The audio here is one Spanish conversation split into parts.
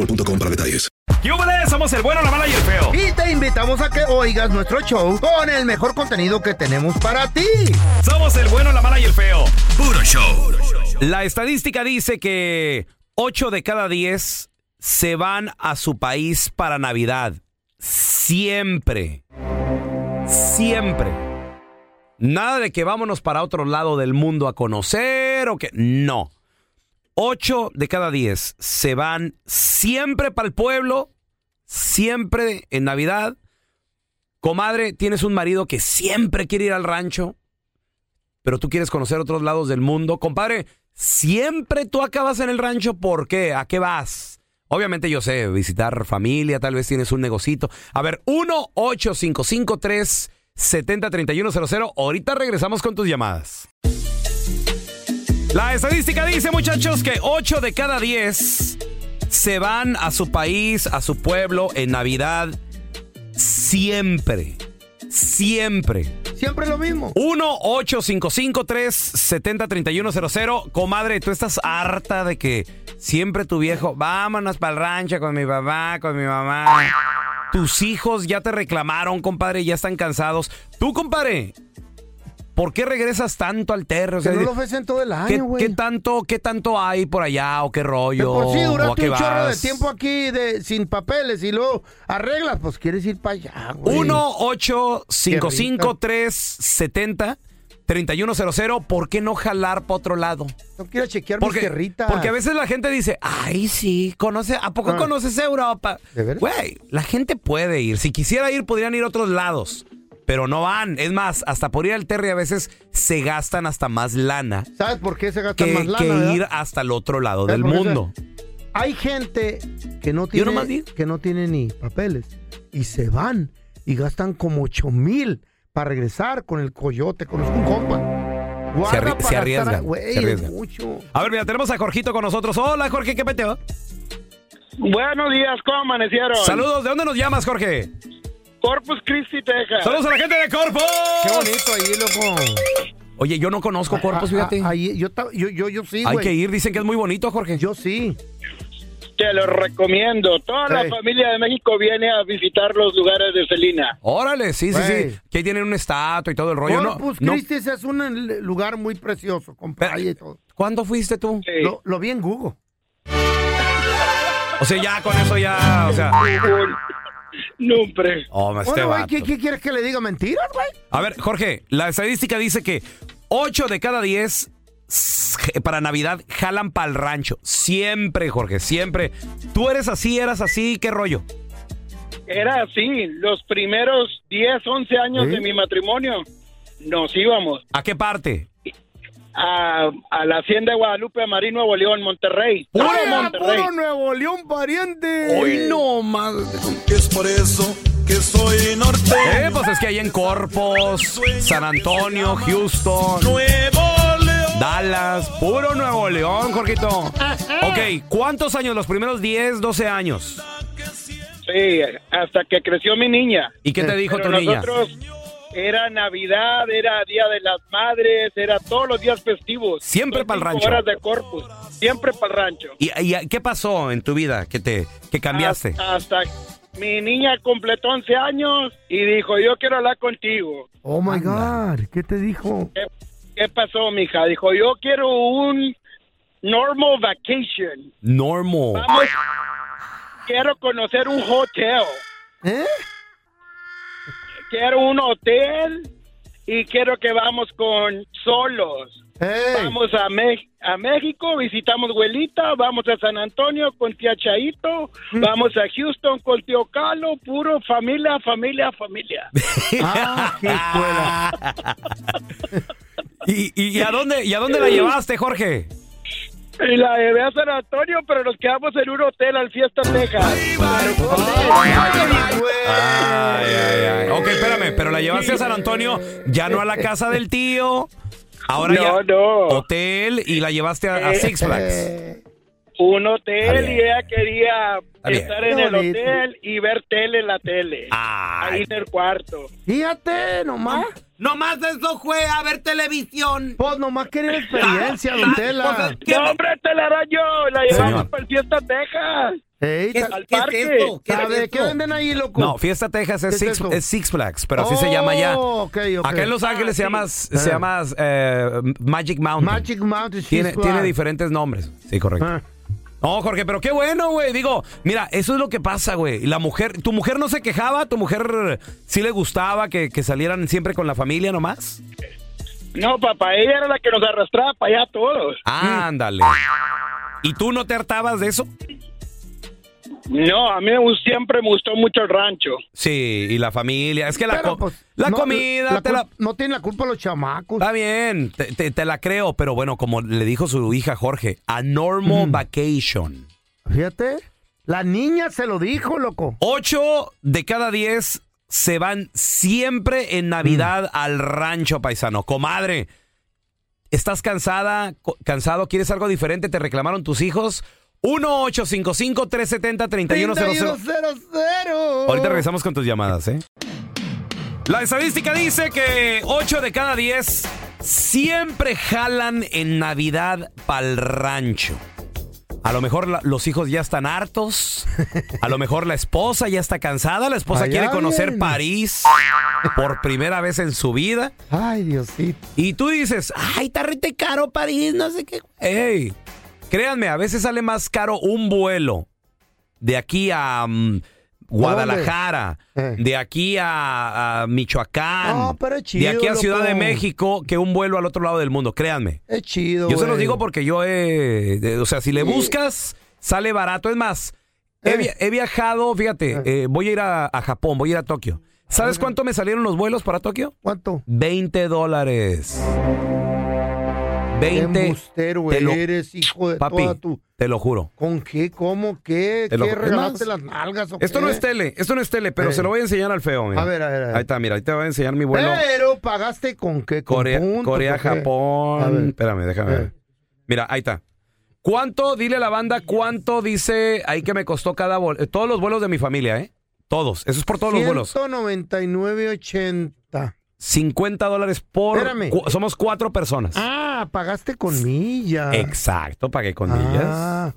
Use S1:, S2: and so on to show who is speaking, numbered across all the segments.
S1: .com para detalles.
S2: ¡Yúbales! Somos el bueno, la mala y el feo.
S3: Y te invitamos a que oigas nuestro show con el mejor contenido que tenemos para ti.
S2: Somos el bueno, la mala y el feo.
S1: Puro show.
S2: La estadística dice que 8 de cada 10 se van a su país para Navidad. Siempre. Siempre. Nada de que vámonos para otro lado del mundo a conocer o que... No. 8 de cada 10 se van siempre para el pueblo, siempre en Navidad. Comadre, tienes un marido que siempre quiere ir al rancho, pero tú quieres conocer otros lados del mundo. Compadre, siempre tú acabas en el rancho, ¿por qué? ¿A qué vas? Obviamente yo sé, visitar familia, tal vez tienes un negocito. A ver, 1 8553 3 70 31 00. Ahorita regresamos con tus llamadas. La estadística dice, muchachos, que 8 de cada 10 se van a su país, a su pueblo en Navidad. Siempre. Siempre.
S3: Siempre lo mismo.
S2: 1-855-370-3100. Comadre, tú estás harta de que siempre tu viejo, vámonos para el rancho con mi papá, con mi mamá. Tus hijos ya te reclamaron, compadre, ya están cansados. Tú, compadre, ¿Por qué regresas tanto al terreno?
S3: Que no lo ofrecen todo el
S2: ¿qué,
S3: año, güey.
S2: qué tanto, ¿Qué tanto hay por allá o qué
S3: De
S2: rollo?
S3: por sí
S2: o a qué
S3: duraste un chorro de
S2: vas?
S3: tiempo aquí de, sin papeles y luego arreglas, pues quieres ir para allá, güey.
S2: 1 8 5
S3: Qué rico.
S2: 5 3 70 3100 ¿Por qué no jalar para otro lado?
S3: No quiero chequear mis
S2: Porque,
S3: tierritas.
S2: porque a veces la gente dice, ay, sí, conoce, ¿a poco
S3: Ah.
S2: conoces Europa?
S3: ¿De veras?
S2: Güey, la gente puede ir. Si quisiera ir, podrían ir a otros lados. Pero no van. Es más, hasta por ir al Terry a veces se gastan hasta más lana
S3: ¿Sabes por qué se gastan
S2: que,
S3: más lana?
S2: que
S3: verdad?
S2: ir hasta el otro lado
S3: ¿Sabes
S2: del
S3: por qué
S2: mundo.
S3: Hay gente que no tiene,
S2: nomás digo.
S3: que no tiene ni papeles y se van y gastan como 8 mil para regresar con el coyote, con un compa. Guarda
S2: arri- se
S3: para gastar,
S2: arriesgan,
S3: güey,
S2: se arriesgan.
S3: es mucho.
S2: A ver, mira, tenemos a Jorgito con nosotros. Hola, Jorge, ¿qué peteo?
S4: Buenos días, ¿cómo amanecieron?
S2: Saludos, ¿de dónde nos llamas, Jorge?
S4: Corpus Christi, Texas.
S2: Saludos a la gente de Corpus.
S3: Qué bonito ahí, loco.
S2: Oye, yo no conozco Corpus,
S3: A- a-
S2: fíjate.
S3: ah, ahí- yo, ta- yo, yo, yo sí,
S2: Hay
S3: güey.
S2: que ir, dicen que es muy bonito, Jorge.
S3: Yo sí.
S4: Te lo recomiendo. Toda
S3: Sí.
S4: la familia de México viene a visitar los lugares de Celina.
S2: Órale, sí, sí,
S3: Güey.
S2: sí. Que ahí tienen un estatua y todo el rollo. No,
S3: Corpus
S2: no.
S3: Christi pues, es un l- lugar muy precioso, con
S2: Pero-
S3: playa y todo.
S2: ¿Cuándo fuiste tú?
S4: Sí.
S3: Lo, lo vi en Google.
S2: O sea, ya con eso ya, o sea.
S4: Un- No, hombre.
S2: Oh, me este
S3: Bueno, güey,
S2: vato.
S3: ¿qué, qué quieres que le diga? ¿Mentiras, güey?
S2: A ver, Jorge, la estadística dice que 8 de cada 10 s- para Navidad jalan para el rancho. Siempre, Jorge, siempre. Tú eres así, eras así, ¿qué rollo?
S4: Era así. Los primeros 10, 11 años
S3: Sí.
S4: de mi matrimonio nos íbamos
S2: ¿A qué parte?
S4: a, a la hacienda de Guadalupe Marín, Nuevo León, Monterrey.
S2: Puro
S4: Puro
S3: ¡Era
S4: Monterrey.
S3: puro Nuevo León, pariente!
S2: no más.
S5: Es por eso que soy norte.
S2: Eh, pues es que hay en Corpos, San Antonio, Houston.
S5: Nuevo León.
S2: Dallas, puro Nuevo León, Jorgito. Ok, ¿cuántos años? Los primeros 10, 12 años.
S4: Sí, hasta que creció mi niña.
S2: ¿Y qué te dijo
S4: Pero
S2: tu niña?
S4: nosotros era Navidad, era Día de las Madres, era todos los días festivos.
S2: Siempre
S4: Son
S2: pa'l
S4: cinco
S2: rancho.
S4: horas de corpus, siempre para el rancho.
S2: ¿Y, y qué pasó en tu vida que te que cambiaste?
S4: Hasta, mi niña completó 11 años y dijo, yo quiero hablar contigo.
S3: Oh my God, ¿qué te dijo?
S4: ¿Qué, qué pasó, mija? Dijo, yo quiero un normal vacation.
S2: Normal.
S4: Vamos, quiero conocer un hotel.
S3: ¿Eh?
S4: Quiero un hotel y quiero que vamos con solos.
S3: Ey.
S4: Vamos a, Mex- a México, visitamos Huelita, vamos a San Antonio con tía Chaito,
S3: Mm.
S4: vamos a Houston con tío Calo, puro familia, familia, familia.
S3: Ah, qué escuela.
S2: ¿Y, y, y a dónde y a dónde la llevaste, Jorge?
S4: Y la llevé a San Antonio, pero nos quedamos en un hotel al Fiesta Texas.
S2: Ay, ay, ay. Ok, espérame, pero la llevaste a San Antonio, ya no a la casa del tío. Ahora
S4: No,
S2: ya
S4: no.
S2: hotel y la llevaste a, a Six Flags.
S3: Eh,
S4: Un
S2: Está
S4: hotel
S2: bien.
S4: y ella quería
S2: bien.
S4: estar
S3: Qué
S4: en el
S3: bonito.
S4: hotel y ver tele en la tele. Ahí
S2: Ay.
S4: en el cuarto.
S3: Fíjate nomás.
S2: Nomás eso fue a ver televisión. Ah, pues,
S3: Pues nomás quería experiencia, don Tela.
S4: ¡Qué hombre, telaraño! La llevamos
S2: Señor.
S4: para el Fiesta Texas.
S3: Ey, ta-
S4: Al parque.
S3: ¿sabe qué venden ahí, loco?
S2: No, Fiesta Texas
S3: ¿Qué
S2: es,
S3: es
S2: six,
S3: eso?
S2: es Six Flags, pero así se llama ya.
S3: Oh, ok, ok.
S2: Acá en Los Ángeles se llama, se
S3: Ah.
S2: llama eh, Magic Mountain.
S3: Magic Mountain.
S2: tiene,
S3: Six
S2: tiene
S3: Flags.
S2: diferentes nombres. Sí, correcto.
S3: Ah.
S2: No, Jorge, pero qué bueno, güey. Digo, mira, eso es lo que pasa, güey. La mujer, tu mujer no se quejaba, tu mujer sí le gustaba que, que salieran siempre con la familia nomás.
S4: No, papá, ella era la que nos arrastraba para allá a todos.
S2: Ándale. ¿Y tú no te hartabas de eso?
S4: No, a mí me gus- siempre me gustó mucho el rancho.
S2: Sí, y la familia. Es que la,
S3: Pero,
S2: co-
S3: pues,
S2: la
S3: no,
S2: comida
S3: la
S2: te la.
S3: cul- No tiene la culpa los chamacos.
S2: Está bien, te, te- te la creo, pero bueno, como le dijo su hija Jorge, a normal vacation.
S3: Fíjate. La niña se lo dijo, loco.
S2: Ocho de cada diez se van siempre en Navidad al rancho paisano. Comadre, ¿estás cansada? Co- ¿Cansado? ¿Quieres algo diferente? ¿Te reclamaron tus hijos? 1-855-370-3100.
S3: 3100.
S2: Ahorita regresamos con tus llamadas, ¿eh? La estadística dice que 8 de cada 10 siempre jalan en Navidad pa'l rancho. A lo mejor la- los hijos ya están hartos. A lo mejor la esposa ya está cansada. La esposa
S3: Allá
S2: quiere conocer
S3: viene.
S2: París por primera vez en su vida.
S3: Ay, Diosito.
S2: Y tú dices, ay, está rete caro París, no sé qué. Ey, créanme, a veces sale más caro un vuelo de aquí a mm, Guadalajara,
S3: Eh.
S2: de aquí a, a Michoacán,
S3: No, pero es
S2: de
S3: chido,
S2: aquí a Ciudad de
S3: loco.
S2: México, que un vuelo al otro lado del mundo, créanme.
S3: Es chido.
S2: Yo se los
S3: güey.
S2: digo porque yo he. de- o sea, si le buscas, sale barato. Es más, he,
S3: Eh.
S2: via- he viajado, fíjate, eh, voy a ir a, a Japón, voy a ir a Tokio. ¿Sabes cuánto me salieron los vuelos para Tokio?
S3: Ah. ¿Cuánto?
S2: 20 dólares.
S3: Qué
S2: 20.
S3: embustero,
S2: te
S3: güey.
S2: lo-
S3: Eres hijo de
S2: Papi,
S3: toda tu.
S2: te lo juro.
S3: ¿Con qué? ¿Cómo? ¿Qué?
S2: Te lo-
S3: ¿Qué
S2: Es
S3: regalaste
S2: más,
S3: las nalgas? o
S2: Esto no
S3: qué?
S2: es tele, esto no es tele, pero
S3: Eh.
S2: se lo voy a enseñar al feo, mira.
S3: A ver, a ver, a ver.
S2: Ahí está, mira, ahí te voy a enseñar mi vuelo.
S3: Pero pagaste con qué? ¿Con
S2: Corea,
S3: puntos
S2: Corea
S3: o qué? A
S2: Japón.
S3: ver.
S2: Espérame, déjame
S3: Eh.
S2: ver. Mira, ahí está. ¿Cuánto, dile a la banda, cuánto dice ahí que me costó cada vuelo? Todos los vuelos de mi familia, ¿eh? Todos. Eso es por todos los vuelos.
S3: 199.80.
S2: 50 dólares por...
S3: Espérame.
S2: cu- somos cuatro personas.
S3: Ah, pagaste con millas.
S2: Exacto, pagué con millas.
S3: Ah,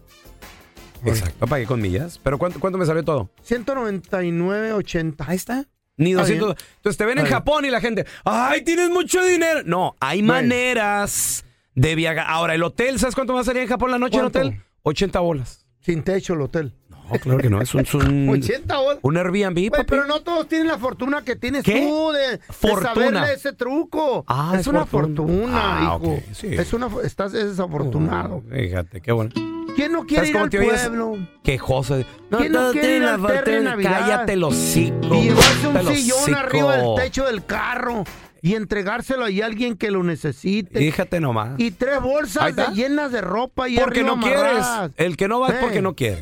S2: Exacto, pagué con millas. Pero ¿cuánto, cuánto me salió todo?
S3: 199.80.
S2: Ahí está. Ni
S3: Está
S2: 200.
S3: bien.
S2: Entonces te ven en
S3: Está bien.
S2: Japón y la gente, ¡ay, tienes mucho dinero! No, hay
S3: Bueno.
S2: maneras de viajar. Ahora, el hotel, ¿sabes cuánto más sería en Japón la noche
S3: ¿Cuánto?
S2: en hotel? 80 bolas.
S3: Sin techo el hotel.
S2: No, claro que no. Es un, es un,
S3: 80 horas.
S2: un Airbnb, papi.
S3: pero no todos tienen la fortuna que tienes
S2: ¿Qué?
S3: tú de, de
S2: Fortuna.
S3: saberle ese truco.
S2: Ah,
S3: es,
S2: es
S3: una
S2: fortuna.
S3: fortuna,
S2: Ah,
S3: hijo.
S2: ok, sí.
S3: Es una, estás desafortunado.
S2: Fíjate, qué bueno.
S3: ¿Quién no quiere
S2: Oh. ¿Sabes
S3: ir
S2: cómo
S3: al
S2: te oyes?
S3: pueblo?
S2: Quejoso.
S3: ¿Quién no quiere
S2: tiene
S3: ir
S2: la
S3: al terre
S2: fortuna.
S3: en Navidad?
S2: Cállate los hocico.
S3: Y llevarse un
S2: Cállate el
S3: sillón
S2: hocico.
S3: arriba del techo del carro y entregárselo ahí a alguien que lo necesite.
S2: Fíjate nomás.
S3: Y tres
S2: Ahí
S3: bolsas
S2: está.
S3: de- llenas de ropa y
S2: porque no quieres. El que no va es
S3: Eh.
S2: porque no quiere.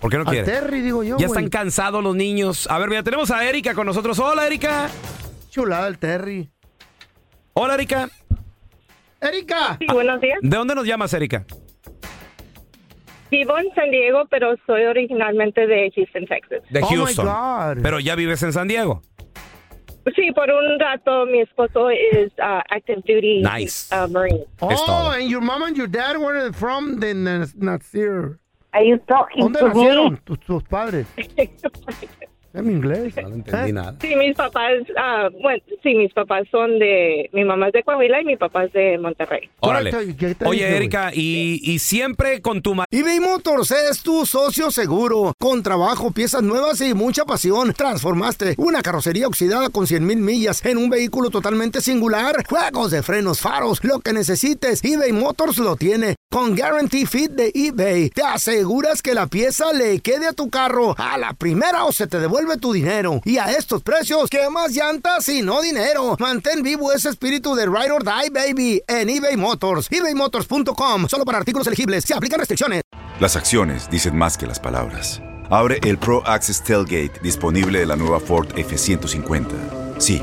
S2: Porque no quiere.
S3: Terry, digo yo.
S2: Ya
S3: güey.
S2: están cansados los niños. A ver, mira, tenemos a Erika con nosotros. Hola, Erika.
S3: Chulada el Terry.
S2: Hola, Erika.
S3: Erika.
S6: Sí, buenos días.
S2: ¿De dónde nos llamas, Erika?
S6: Vivo en San Diego, pero soy originalmente de Houston, Texas.
S2: De
S3: Oh, my
S2: Houston.
S3: God.
S2: Pero ya vives en San Diego.
S6: Sí, por un rato mi esposo es ah, active duty
S2: Nice.
S6: ah, Marine.
S2: Es todo.
S3: Oh, and your mom and your dad were from the Nas- Nasir.
S7: Are you talking
S3: ¿Dónde
S7: to
S3: nacieron
S7: me?
S3: tus, tus padres? En inglés.
S2: No entendí
S3: ¿Eh?
S2: nada.
S6: Sí, mis papás, ah, bueno, sí, mis papás son de, mi mamá es de Coahuila y mi papá es de Monterrey.
S2: Órale.
S3: Correcto, ¿y qué te dije,
S2: Oye,
S3: güey?
S2: Erika, y, y siempre con tu ma-
S3: eBay Motors es tu socio seguro. Con trabajo, piezas nuevas y mucha pasión, transformaste una carrocería oxidada con 100 mil millas en un vehículo totalmente singular. Juegos de frenos, faros, lo que necesites, eBay Motors lo tiene. Con Guarantee Fit de eBay, te aseguras que la pieza le quede a tu carro a la primera o se te devuelve tu dinero. Y a estos precios, ¿qué más llantas y no dinero? Mantén vivo ese espíritu de Ride or Die, baby, en eBay Motors. ebaymotors.com, solo para artículos elegibles. Se aplican restricciones.
S8: Las acciones dicen más que las palabras. Abre el Pro Access Tailgate disponible de la nueva Ford F-150. Sí,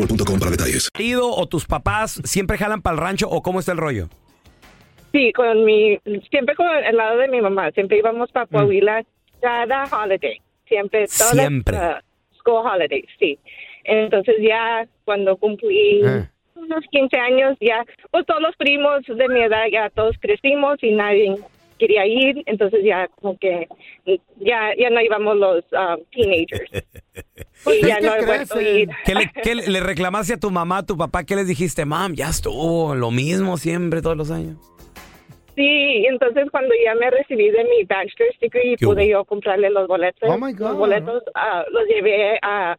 S1: para detalles.
S2: marido o tus papás siempre jalan para el rancho o cómo está el rollo?
S6: Sí, con mi, siempre con el lado de mi mamá, siempre íbamos
S2: Mm.
S6: para Coahuila cada holiday, siempre, todas las,
S2: Siempre.
S6: ah, school holidays, sí. Entonces ya cuando cumplí
S2: Ah.
S3: Eh.
S6: unos 15 años, ya, pues todos los primos de mi edad ya todos crecimos y nadie quería ir, entonces ya como que ya, ya no íbamos los ah, teenagers. y ya
S3: es que
S6: no he vuelto a ir.
S3: crecen.
S2: ¿Qué le, qué le- le reclamaste a tu mamá, a tu papá? ¿Qué les dijiste? Mam, ya estuvo, lo mismo siempre, todos los años.
S6: Sí, entonces cuando ya me recibí de mi bachelor's degree,
S2: ¿Qué
S6: pude
S2: hubo?
S6: yo comprarle los boletos.
S3: Oh, my God.
S6: Los boletos ah, los llevé a,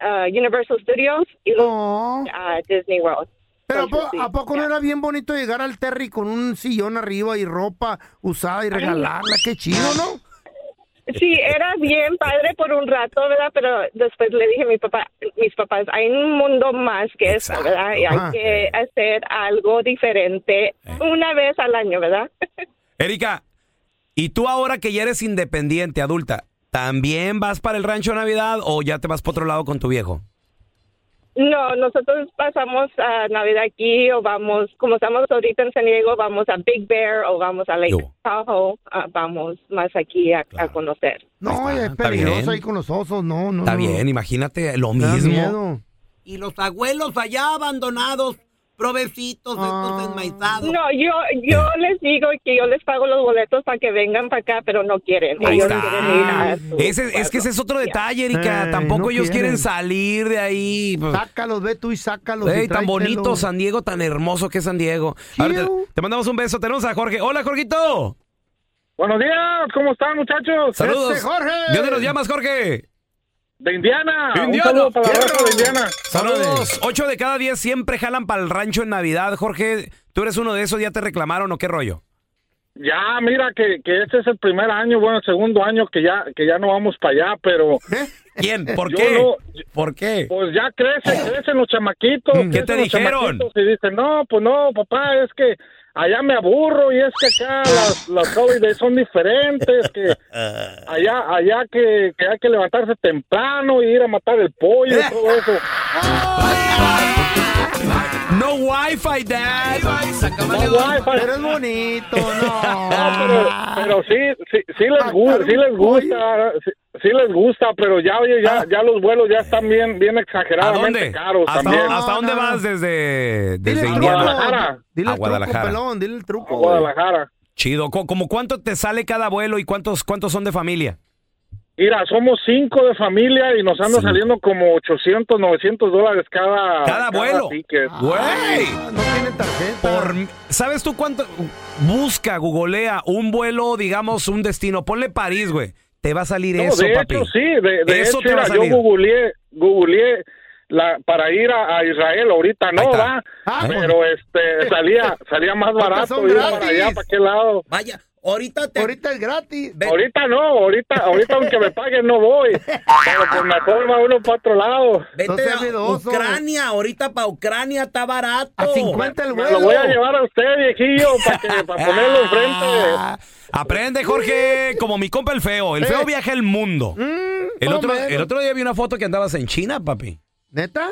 S6: a Universal Studios y los
S3: No.
S6: a Disney World.
S3: Oh. Pero ¿a,
S6: Entonces,
S3: po-
S6: sí,
S3: ¿a poco
S6: ya.
S3: no era bien bonito llegar al Terry con un sillón arriba y ropa usada y regalarla? Qué chido, ¿no?
S6: Sí, era bien padre por un rato, ¿verdad? Pero después le dije a mi papá, mis papás, hay un mundo más que eso,
S2: Exacto. Ah, eh.
S6: ¿verdad? Y hay
S3: Ajá.
S6: que hacer algo diferente una vez al año, ¿verdad?
S2: Erika, ¿y tú ahora que ya eres independiente, adulta, también vas para el rancho Navidad o ya te vas para otro lado con tu viejo?
S6: No, nosotros pasamos a Navidad aquí o vamos, como estamos ahorita en San Diego, vamos a Big Bear o vamos a Lake
S2: Yo.
S6: Tahoe, ah, vamos más aquí a, a
S2: Claro.
S6: conocer.
S3: No,
S2: Ahí está,
S3: es
S2: está bien.
S3: peligroso ahí con los osos, no, no.
S2: Está
S3: no.
S2: bien, imagínate, lo
S3: Me da
S2: mismo.
S3: miedo.
S9: y los abuelos allá abandonados, provecitos,
S3: Ah.
S9: estos enmaizados.
S6: No, yo yo les digo que yo les pago los boletos para que vengan para acá, pero no quieren.
S2: Ahí
S6: Ellos quieren ir
S2: está.
S6: a su
S2: Ese- es que ese es otro
S6: pueblo.
S2: detalle, Erika.
S3: Eh,
S2: Tampoco
S3: no
S2: ellos quieren
S3: quieren.
S2: salir de ahí. pues.
S3: Sácalos, ve tú y sácalos.
S2: Ey,
S3: y
S2: tan bonito
S3: tráetelos.
S2: San Diego, tan hermoso que es San Diego. A ver,
S3: Chiu.
S2: te, te mandamos un beso. Tenemos a Jorge. Hola, Jorgito.
S4: Buenos días, ¿cómo están, muchachos?
S2: Saludos.
S3: Ese Este, Jorge.
S2: ¿De dónde nos llamas, Jorge?
S4: De Indiana.
S2: Indiana.
S4: Un saludo para la
S3: Fierro.
S4: raza de Indiana.
S2: Saludos. Ocho de cada diez siempre jalan para el rancho en Navidad. Jorge, tú eres uno de esos. ¿Ya te reclamaron o qué rollo?
S4: Ya, mira que, que este es el primer año, bueno, el segundo año que ya que ya no vamos para allá, pero
S2: ¿Quién? ¿Por
S4: Yo
S2: qué?
S4: no-
S2: ¿Por qué?
S4: pues ya crecen, crecen los chamaquitos.
S2: ¿Qué
S4: crecen
S2: te
S4: los
S2: dijeron?
S4: chamaquitos Y dicen, no, pues no, papá, es que allá me aburro y es que acá las, las holidays son diferentes, que allá allá que, que hay que levantarse temprano y ir a matar el pollo y todo eso.
S2: No wifi, dad.
S4: No, guay, pa-
S3: Pero es bonito,
S4: No,
S3: no.
S4: pero, pero sí, sí, sí les, gu- sí les gusta, sí, sí les gusta, pero ya, oye,
S3: Ah.
S4: ya, ya los vuelos ya están bien, bien
S2: ¿A
S4: exageradamente
S2: dónde?
S4: caros
S2: ¿Hasta,
S4: también.
S3: No,
S2: hasta dónde
S3: no.
S2: vas desde,
S3: Dile
S2: desde
S3: el
S2: Indiana?
S4: Guadalajara.
S3: truco.
S2: A
S3: Dile el truco,
S2: Guadalajara.
S3: pelón, dile el
S4: A
S3: truco.
S4: Guadalajara.
S2: Chido. Co- ¿Cómo cuánto te sale cada vuelo y cuántos, cuántos son de familia?
S9: Mira, somos cinco de familia y nos andan saliendo como 800, 900 dólares cada...
S2: Cada vuelo. Ah.
S9: ticket.
S2: ¡Güey!
S3: No tienen tarjeta.
S2: Por- ¿Sabes tú cuánto? Busca, googlea un vuelo, digamos, un destino. Ponle París, güey. Te va a salir
S9: No,
S2: eso,
S9: de
S2: papi.
S9: hecho, sí, de, de
S2: Eso
S9: hecho,
S2: te va a
S9: mira,
S2: salir.
S9: yo googleé, googleé la, para ir a, a Israel, ahorita
S2: Ahí
S9: no,
S2: está.
S9: va,
S3: Ah,
S9: pero este, salía, salía más
S3: Porque
S9: barato
S3: son
S9: ir
S3: gratis.
S9: para allá, para aquel lado.
S10: Vaya, ahorita te...
S3: Ahorita es gratis.
S10: Ve-
S9: Ahorita no, ahorita, ahorita aunque me paguen no voy, pero pues mejor va uno para otro lado.
S3: No
S10: Vete
S3: seas
S10: a
S3: miedoso.
S10: Ucrania, ahorita para Ucrania está barato.
S3: A 50 el
S9: Me
S3: vuelo.
S9: lo voy a llevar a usted, viejillo, para, que, para ponerlo enfrente.
S2: Ah, Aprende, Jorge, como mi compa el feo. El feo
S3: Eh.
S2: viaja el mundo. El
S3: más o
S2: otro,
S3: menos.
S2: el otro día vi una foto que andabas en China, papi.
S3: ¿Neta?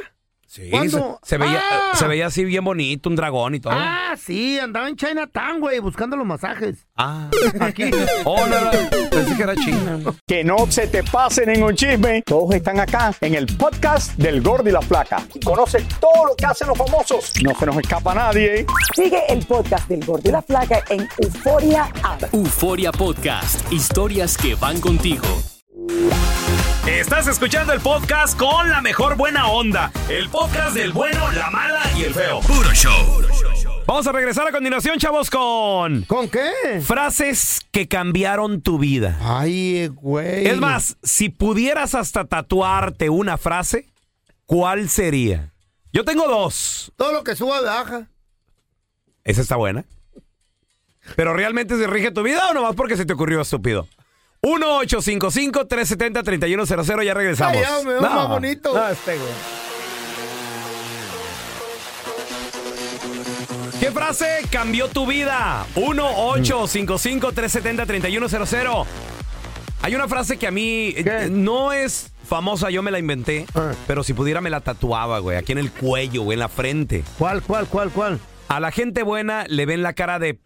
S2: Sí,
S3: ¿Cuándo?
S2: Se, se veía,
S3: Ah.
S2: se veía así bien bonito, un dragón y todo.
S3: Ah, sí, andaba en Chinatown, güey, buscando los masajes.
S2: Ah.
S3: Aquí.
S2: Oh, no, no, pensé que era China.
S11: Que no se te pase ningún chisme. Todos están acá en el podcast del Gordi y la Flaca. Y conoce todo lo que hacen los famosos. No se nos escapa nadie.
S12: Sigue el podcast del Gordo y la Flaca en Euforia App.
S13: Euforia Podcast, historias que van contigo.
S2: Estás escuchando el podcast con la mejor buena onda. El podcast del bueno, la mala y el feo.
S13: Puro show.
S2: Vamos a regresar a continuación, chavos, con
S3: ¿Con qué?
S2: frases que cambiaron tu vida.
S3: Ay, güey.
S2: Es más, si pudieras hasta tatuarte una frase, ¿cuál sería? Yo tengo dos.
S3: Todo lo que suba baja.
S2: Esa está buena. Pero realmente se rige tu vida o nomás porque se te ocurrió estúpido. 1-855-370-3100, ya regresamos.
S3: Ay, ya, me veo
S2: No.
S3: más bonito.
S2: No, este güey. ¿Qué frase cambió tu vida?
S3: Mm.
S2: 1-855-370-3100. Hay una frase que a mí eh,
S3: ¿Qué?
S2: no es famosa, yo me la inventé,
S3: Ah.
S2: pero si pudiera me la tatuaba, güey, aquí en el cuello, güey, en la frente.
S3: ¿Cuál, cuál, cuál, cuál?
S2: A la gente buena le ven la cara de,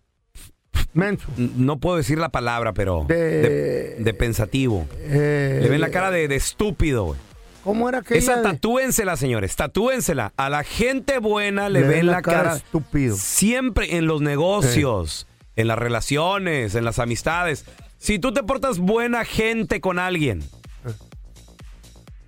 S3: Menso.
S2: n- no puedo decir la palabra, pero
S3: De-
S2: de, de pensativo.
S3: Eh,
S2: le ven la cara de, de estúpido, güey.
S3: ¿Cómo era que
S2: Esa tatúensela, señores, tatúensela. A la gente buena le, ven la cara,
S3: estúpido.
S2: siempre en los negocios, en las relaciones, en las amistades. Si tú te portas buena gente con alguien,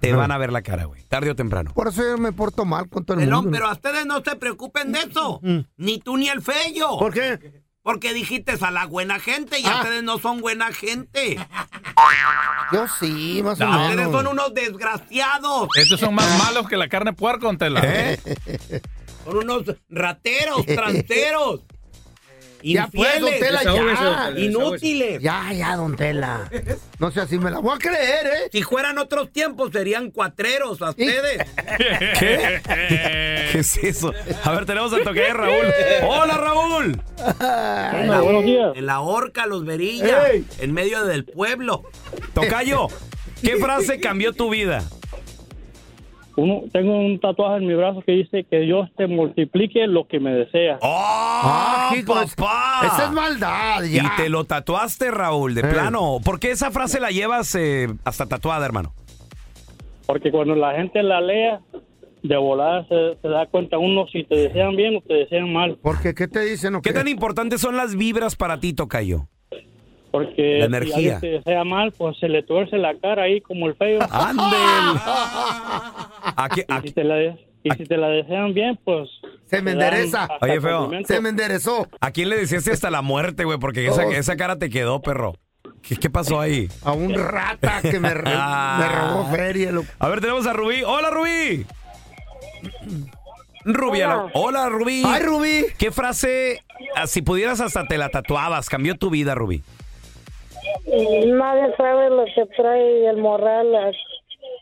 S2: te van a ver la cara, güey, tarde o temprano.
S3: Por eso yo me porto mal con todo el
S10: Pelón,
S3: mundo.
S10: pero a ustedes no se preocupen de eso.
S3: Mm.
S10: Ni tú ni el fello.
S3: ¿Por qué?
S10: Porque dijiste a la buena gente y
S3: Ah.
S10: ustedes no son buena gente.
S3: Yo sí, más o menos.
S10: Ustedes son unos desgraciados. ¿Eh?
S14: Estos son más malos que la carne puerco, don Tela.
S10: Son unos rateros, tranteros.
S3: Ya pues, don
S10: infieles,
S3: Tela, ya.
S10: inútiles.
S3: Ya, ya, don Tela. No sé, así me la voy a creer, ¿eh?
S10: Si fueran otros tiempos serían cuatreros a ustedes.
S2: ¿Qué? ¿Qué es eso? A ver, tenemos a toque Raúl. ¡Hola, Raúl!
S9: buenos días.
S10: En la horca, los verillas, en medio del pueblo.
S2: Tocayo, ¿qué frase cambió tu vida?
S9: Uno- tengo un tatuaje en mi brazo que dice que Dios te multiplique lo que me deseas.
S2: ¡Oh,
S3: hijo,
S2: papá!
S3: Ah, Esa es maldad, ya.
S2: Y te lo tatuaste, Raúl, de
S3: Eh.
S2: plano. ¿Por qué esa frase la llevas eh, hasta tatuada, hermano?
S9: Porque cuando la gente la lea, de volada se, se da cuenta uno si te desean bien o te desean mal.
S3: Porque, ¿qué te dicen? o
S2: ¿Qué
S3: qué?
S2: tan importantes son las vibras para ti, Tocayo?
S9: Porque
S2: La
S9: si
S2: energía.
S9: alguien te desea mal, pues se le tuerce la cara ahí como el feo.
S2: ¡Ándel! ¿A qué- a
S9: Y si
S2: qué-
S9: te la, de- y si te la desean bien, pues...
S3: Se me
S9: te dan
S3: endereza.
S9: hasta
S2: Oye, feo,
S9: complimento.
S3: Se me enderezó.
S2: a quién le decías hasta la muerte, güey? Porque esa,
S3: Oh.
S2: esa cara te quedó, perro. ¿Qué, qué pasó ahí? Ah.
S3: A un rata que me, re- me robó feria. loco.
S2: A ver, tenemos a Rubí. ¡Hola, Rubí! Rubí, a la- hola, Rubí.
S3: ¡Ay, Rubí!
S2: ¿Qué frase, ah, si pudieras hasta te la tatuabas, cambió tu vida, Rubí?
S3: Eh.
S15: Nadie sabe lo que trae el morral.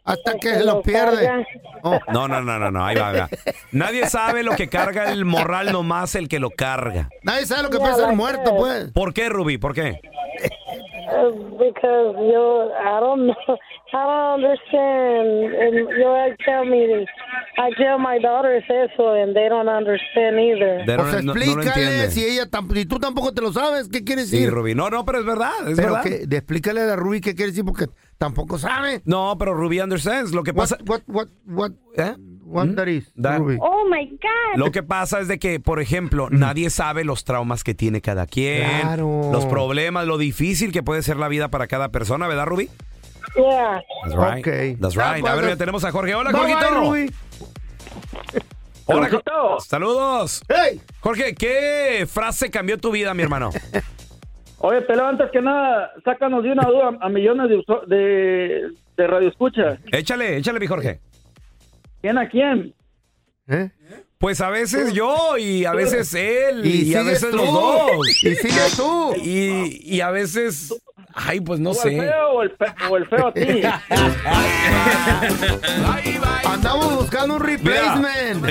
S3: Hasta que
S15: Se
S3: se lo
S15: lo
S3: pierde.
S15: carga.
S3: Oh,
S2: No, no, no, no, no, ahí va, ahí va. Nadie sabe lo que carga el morral, nomás el que lo carga.
S3: nadie sabe lo que
S15: Ya
S3: puede ser
S15: la
S3: muerto,
S15: sé.
S3: pues.
S2: ¿Por qué, Rubí? ¿Por qué?
S15: eh, Because yo, I don't know, I don't understand. And yo, I tell me, I tell my daughters eso, and they don't understand either.
S2: De-
S3: O sea,
S2: no- no lo
S3: Pues explícale
S2: entiende.
S3: si ella tam- si tú tampoco te lo sabes, ¿qué quiere
S2: Sí,
S3: decir?
S2: Rubí. No, no, pero es verdad, es
S3: Pero
S2: verdad.
S3: que, de- explícale a Rubí qué quiere decir porque tampoco sabe.
S2: No, pero Rubí understands. Lo que
S3: What,
S2: pasa,
S3: what, what, what,
S2: ¿Eh?
S3: what that is,
S2: Da-
S3: Rubí.
S15: Oh my God.
S2: lo que pasa es de que, por ejemplo, nadie sabe los traumas que tiene cada quien,
S3: Claro.
S2: los problemas, lo difícil que puede ser la vida para cada persona, ¿verdad, Rubí?
S6: Yeah.
S2: That's right. That's right. A ver, ya tenemos a Jorge. Hola, Jorgito. Hola, Jorgito. Saludos. Jorge, ¿qué frase cambió tu vida, mi hermano?
S14: Oye, pero antes que nada, sácanos de una duda a millones de, usu- de, de radioescuchas.
S2: Échale, échale, mi Jorge.
S14: ¿Quién a quién?
S2: Pues a veces yo y a veces él
S14: Y
S2: y, a
S14: sigues
S2: veces los
S14: tú.
S2: dos.
S14: Y sigues
S2: tú. Y, y a veces... Ay, pues no
S14: ¿Tú
S2: sé.
S14: el feo o el, fe- o el feo a ti?
S3: Andamos buscando un replacement.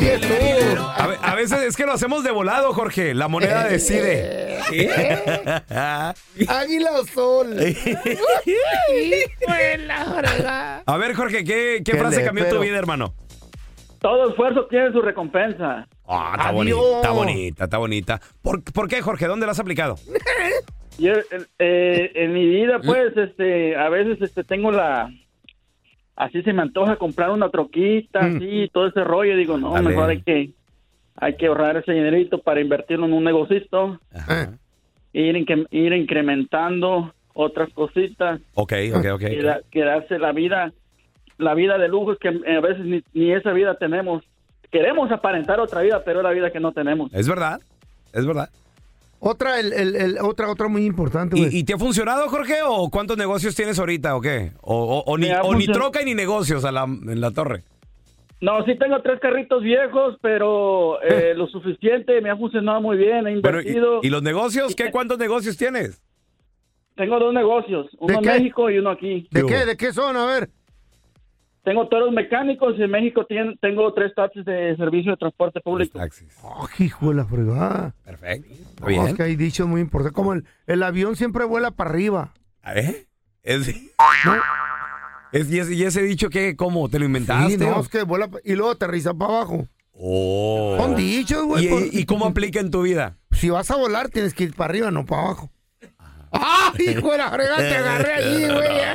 S3: Sigue tú.
S2: A, ve- a veces es que lo hacemos de volado, Jorge. La moneda decide.
S3: Águila o sol.
S2: A ver, Jorge, ¿qué, qué
S14: ¿Qué
S2: frase
S14: le
S2: cambió
S14: espero?
S2: tu vida, hermano?
S14: Todo esfuerzo tiene su recompensa.
S2: Ah, está
S14: Adiós.
S2: bonita, está bonita, está bonita. ¿Por, por qué, Jorge? ¿Dónde la has aplicado?
S14: Yo, eh, en mi vida, pues, este, a veces este, tengo la... Así se me antoja comprar una troquita, así, todo ese rollo. Digo, no,
S2: Dale.
S14: mejor hay que, hay que ahorrar ese dinerito para invertirlo en un negocito. E ir, incre- ir incrementando otras cositas.
S2: Ok, ok, ok.
S14: que, da- que darse la vida, la vida de lujos que eh, a veces ni, ni esa vida tenemos. Queremos aparentar otra vida, pero es la vida que no tenemos.
S2: Es verdad, es verdad.
S3: Otra, el, el- el- otra, otra muy importante, güey.
S14: pues.
S2: ¿Y, y te ha funcionado, Jorge? ¿O cuántos negocios tienes ahorita o qué? ¿O, o- o ni,
S14: Me ha
S2: o ni
S14: funcionado.
S2: troca y ni negocios a la- en la torre?
S14: No, sí tengo tres carritos viejos, pero eh, lo suficiente, me ha funcionado muy bien, he
S2: Pero, ¿y,
S14: invertido.
S2: y los negocios? ¿Qué? ¿Cuántos negocios tienes?
S14: Tengo dos negocios, uno en
S2: qué?
S14: México y uno aquí.
S2: ¿De qué?
S3: ¿De qué son? A ver.
S14: Tengo toros mecánicos y en México tien- tengo tres taxis de servicio de transporte público.
S3: Oh, hijo de la fregada.
S2: Perfecto. Está
S3: No,
S2: bien.
S3: es que hay dichos muy importantes. Como el, el avión siempre vuela para arriba.
S2: A ver. Ah, ¿eh? Es, es- y, ese, y ese dicho que, ¿cómo? ¿Te lo inventaste?
S3: Sí, no,
S2: o-
S3: es que vuela pa- y luego aterriza para abajo.
S2: Oh.
S3: Son dichos, güey. pues,
S2: ¿Y- ¿Y, y cómo aplica en tu vida?
S3: Si vas a volar, tienes que ir para arriba, no para abajo. ¡Ah, hijo de la fregada! Te agarré allí, güey. eh.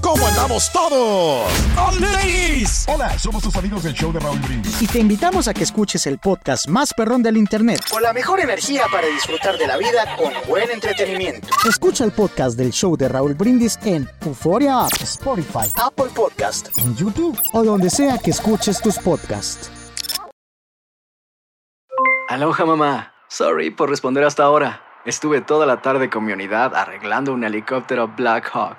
S1: ¿Cómo andamos todos? Hola, somos tus amigos del show de Raúl Brindis.
S11: Y te invitamos a que escuches el podcast más perrón del internet.
S16: Con la mejor energía para disfrutar de la vida con buen entretenimiento.
S11: Escucha el podcast del show de Raúl Brindis en Euforia App, Spotify,
S16: Apple Podcast.
S11: en YouTube o donde sea que escuches tus podcasts.
S12: Aloha mamá. Sorry por responder hasta ahora. Estuve toda la tarde con mi unidad arreglando un helicóptero Black Hawk.